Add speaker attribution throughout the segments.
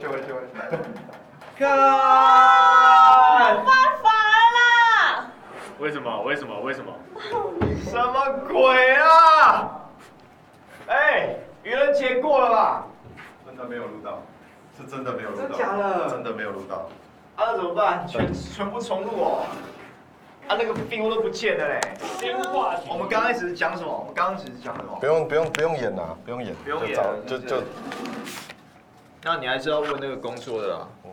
Speaker 1: 这位这位，
Speaker 2: 干！
Speaker 3: 发乏啦！
Speaker 2: 为什么？为什么？为什么？
Speaker 1: 什么鬼啊？哎，愚人节过了吧？真的没有录到，是真的没有录到，
Speaker 2: 真假的
Speaker 1: 真的没有录到。啊，那怎么办？全全部重录哦。啊，那个 feel 都不见了嘞。
Speaker 2: 新话题
Speaker 1: 我们刚开始讲什么？我们刚刚只是讲什么
Speaker 4: 不？用不用不用演啦，不用演，
Speaker 1: 不用演
Speaker 4: 就找
Speaker 1: 就
Speaker 4: 就是就
Speaker 1: 那你还是要问那个工作的啊啦，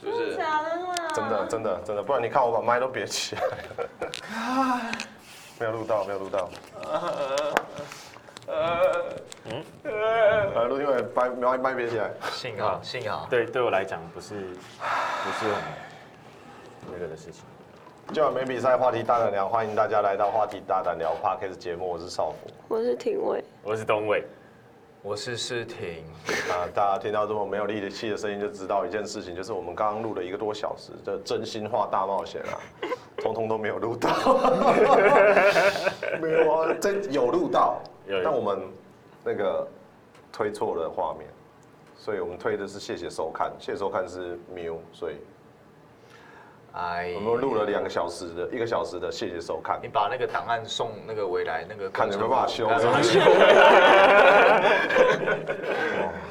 Speaker 1: 是不
Speaker 3: 真的
Speaker 1: 是？
Speaker 3: 假的啦？
Speaker 4: 真的真的真的，不然你看我把麦都别起来了， 没有录到没有录到，
Speaker 1: 嗯
Speaker 4: 呃，录因为麦麦麦别起来，
Speaker 1: 幸好幸好，
Speaker 2: 对，对我来讲不是不是很那个的事情。
Speaker 4: 今晚没比赛，话题大胆聊，欢迎大家来到话题大胆聊 Podcast 节目，我是少辅
Speaker 3: 我是廷伟，
Speaker 2: 我是东伟，
Speaker 1: 我是诗婷。
Speaker 4: 啊，大家听到这么没有力气的声音，就知道一件事情，就是我们刚刚录了一个多小时的真心话大冒险啊，通通都没有录到， 没有啊，这有录到
Speaker 2: 有有，
Speaker 4: 但我们那个推错了画面，所以我们推的是谢谢收看，谢谢收看是 mu，所以
Speaker 1: 哎
Speaker 4: 我们录了两个小时的一个小时的谢谢收看
Speaker 1: 你，把那个档案送那个回来，那个
Speaker 4: 看有没有办法修
Speaker 1: 工程部哎
Speaker 4: 修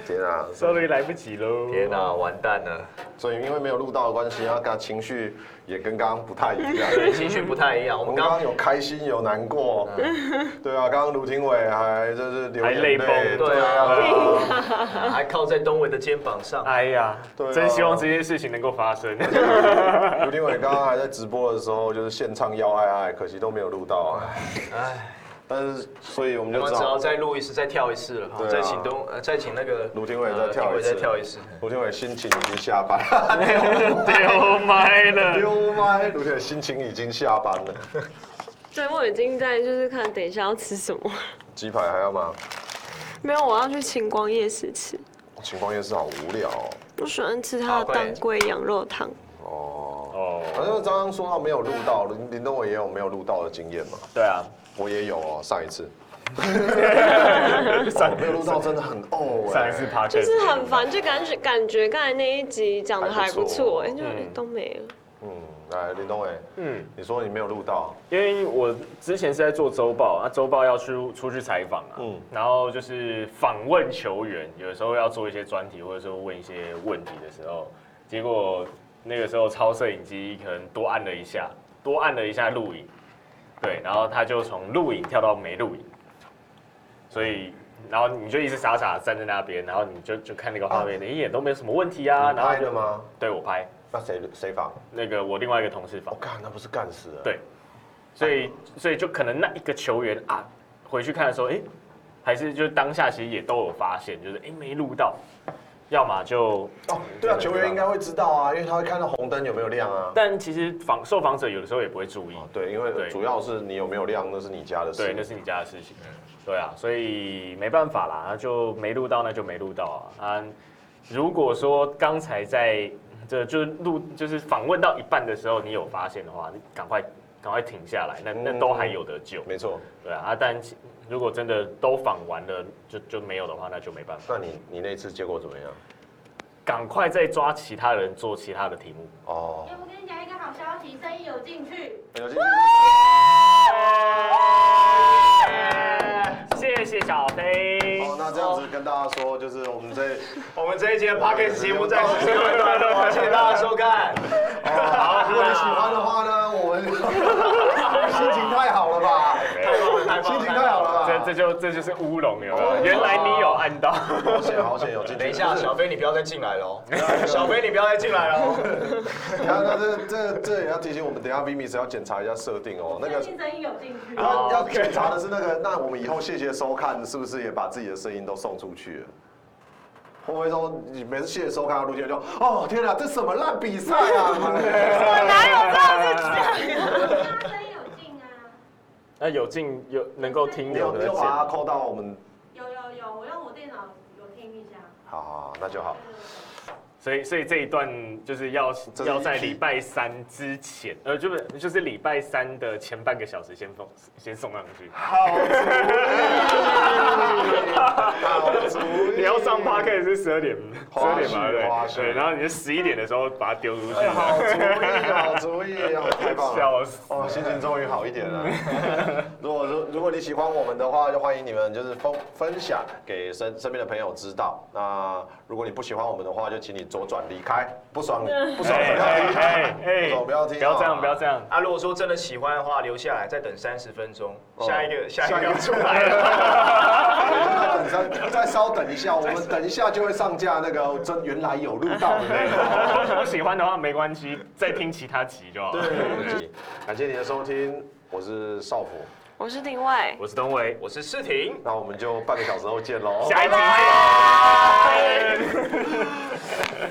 Speaker 4: 天啊！
Speaker 2: ，sorry 来不及喽。
Speaker 1: 天哪、完蛋了！
Speaker 4: 所以因为没有录到的关系，他刚情绪也跟刚刚不太一样。
Speaker 1: 对，情绪不太一样。我
Speaker 4: 我
Speaker 1: 们
Speaker 4: 们
Speaker 1: 刚嗯
Speaker 4: 刚
Speaker 1: 刚
Speaker 4: 刚有开心，有难过，对啊，刚刚卢廷伟还就是流
Speaker 2: 还
Speaker 4: 眼
Speaker 2: 泪
Speaker 4: 泪，
Speaker 2: 崩
Speaker 4: 对啊，
Speaker 1: 还靠在东文的肩膀上，
Speaker 2: 哎呀，
Speaker 4: 对啊
Speaker 2: 真希望这件事情能够发 生。
Speaker 4: 卢廷伟刚刚还在直播的时候就是献唱要爱爱，可惜都没有录到，哎，
Speaker 1: 哎，
Speaker 4: 但是所以我们
Speaker 1: 我
Speaker 4: 就
Speaker 1: 们
Speaker 4: 知
Speaker 1: 只好
Speaker 4: 道
Speaker 1: 再录一次，再跳一次了。
Speaker 4: 对啊
Speaker 1: 再请东，呃，再请那个
Speaker 4: 卢廷伟
Speaker 1: 呃
Speaker 4: 再跳一
Speaker 1: 廷伟再
Speaker 4: 次，
Speaker 1: 跳一次。
Speaker 4: 卢廷伟心情已经下班 了，
Speaker 2: 丢麦了，
Speaker 4: 丢麦， 卢廷伟心情已经下班了，
Speaker 3: 对我已经在就是看等一下要吃什么，
Speaker 4: 鸡排还要吗？
Speaker 3: 没有，我要去晴光夜市吃，
Speaker 4: 晴光夜市好无聊哦
Speaker 3: 我喜欢吃它的当归羊肉汤，
Speaker 4: 哦。反
Speaker 2: 哦，
Speaker 4: 正刚刚说到没有录到，林林东伟也有没有录到的经验嘛？
Speaker 2: 对 啊，
Speaker 4: 我也有哦，上一次。哦没有录到真的很哦、
Speaker 2: 上一次
Speaker 4: 哎
Speaker 2: p
Speaker 3: 就是很烦，就感觉感觉刚才那一集讲的还不错哎、
Speaker 4: 还不
Speaker 3: 就
Speaker 2: 嗯
Speaker 3: 都没了。
Speaker 4: 嗯，来林东伟，
Speaker 2: 嗯，
Speaker 4: 你说你没有录到，
Speaker 2: 因为我之前是在做周报，那周报要去出去采访啊，
Speaker 4: 嗯
Speaker 2: 然后就是访问球员，有时候要做一些专题，或者说问一些问题的时候，结果那个时候超摄影机可能多按了一下，多按了一下录影，对，然后他就从录影跳到没录影，所以。然后你就一直傻傻地站在那边，然后你就就看那个画面，你也都没有什么问题啊。
Speaker 4: 啊你
Speaker 2: 然后
Speaker 4: 拍的
Speaker 2: 就
Speaker 4: 吗？
Speaker 2: 对我拍，
Speaker 4: 那谁谁访？
Speaker 2: 那个我另外一个同事访
Speaker 4: 我。干，那不是干死了？
Speaker 2: 对，所以所以就可能那一个球员啊，回去看的时候，哎、还是就是当下其实也都有发现，就是哎、诶没录到，要么就
Speaker 4: 哦，对啊，球员应该会知道啊，因为他会看到红灯有没有亮啊。
Speaker 2: 但其实访受访者有的时候也不会注意，
Speaker 4: 哦对，因为
Speaker 2: 对
Speaker 4: 主要是你有没有亮，那是你家的事。
Speaker 2: 对，那是你家的事情，对啊，所以没办法啦，那就没录到那就没录到啊。啊，如果说刚才在这就是录就是访问到一半的时候，你有发现的话，你赶快赶快停下来，那那都还有得救。
Speaker 4: 没错。
Speaker 2: 对啊，啊但其如果真的都访完了，就就没有的话，那就没办法，
Speaker 4: 那你你那次结果怎么样？
Speaker 2: 赶快再抓其他人做其他的题目。
Speaker 4: 哦
Speaker 5: 哎，，我跟你讲一个好消息，生意有进去。
Speaker 4: 有进去
Speaker 2: 谢谢小飞。
Speaker 4: 哦，那这样子跟大家说，就是我们 这
Speaker 1: 我们这一节 p o c k e t 节目暂时就到这了，谢谢大家收看。
Speaker 4: 哦，如果你喜欢的话呢，我们 心情太好了吧？心情太好了吧？
Speaker 2: 这这就这就是乌龙，有没有？原来你有按到。
Speaker 4: 好险好险有进去。
Speaker 1: 等一下，
Speaker 4: 不是啊
Speaker 1: 小飞你不要再进来了 哦，小飞你不要再进来了哦。
Speaker 4: 然后呢，这这这也要提醒我们，等一下 Vimis 要检查一下设定哦。那
Speaker 5: 最
Speaker 4: 个啊
Speaker 5: 近生意有进去。
Speaker 4: 要要
Speaker 2: OK
Speaker 4: 检查的是那个，那我们以后谢谢收看，是不是也把自己的声音都送出去了？会不会说你每次谢谢收看要录进来就哦天哪，这什么烂比赛啊！
Speaker 5: 那生意有进啊，
Speaker 2: 那有进有能够听
Speaker 4: 你
Speaker 2: 有啊
Speaker 4: 有你
Speaker 2: 的
Speaker 4: 有把它
Speaker 2: 见，
Speaker 4: 扣到我们，
Speaker 5: 有有有，我用我电脑有听一下。
Speaker 4: 好好好，那就好。
Speaker 2: 所以所以这一段就是要
Speaker 4: 这是
Speaker 2: 要在
Speaker 4: 一批
Speaker 2: 礼拜三之前，呃，就是就是礼拜三的前半个小时先送先送上去。
Speaker 1: 好主
Speaker 4: 好主意
Speaker 2: 你要上 p o d 是十二点，十
Speaker 4: 花
Speaker 2: 二
Speaker 4: 絮
Speaker 2: 点嘛，对
Speaker 4: 花
Speaker 2: 不
Speaker 4: 絮
Speaker 2: 对，对，然后你就十一点的时候把它丢出去。
Speaker 4: 哎好主意，好主意，哦，太棒了！
Speaker 2: 笑死
Speaker 4: 哦，心情终于好一点 了。如果如如果你喜欢我们的话，就欢迎你们就是分分享给身身边的朋友知道。那如果你不喜欢我们的话，就请你左转离开，不爽你不爽
Speaker 2: 哎
Speaker 4: 你不要
Speaker 2: 哎
Speaker 4: 听，
Speaker 2: 哎
Speaker 4: 不
Speaker 2: 哎，
Speaker 4: 爽不要听，
Speaker 2: 不要这样，不要这样。
Speaker 6: 啊，如果说真的喜欢的话，留下来再等三十分钟，
Speaker 4: 哦
Speaker 6: 下一个下一
Speaker 4: 下一
Speaker 6: 个
Speaker 4: 个
Speaker 6: 出来 了。
Speaker 4: 样。再等再稍等一下，我们等一下就会上架那个真原来有录到的 那个。
Speaker 2: 不喜欢的话没关系，再听其他集就好了。
Speaker 4: 感谢你的收听，我是少辅，
Speaker 3: 我是定位，
Speaker 2: 我是东伟，
Speaker 6: 我是世婷，
Speaker 4: 那我 们就半个小时后见喽。
Speaker 2: 下一集见。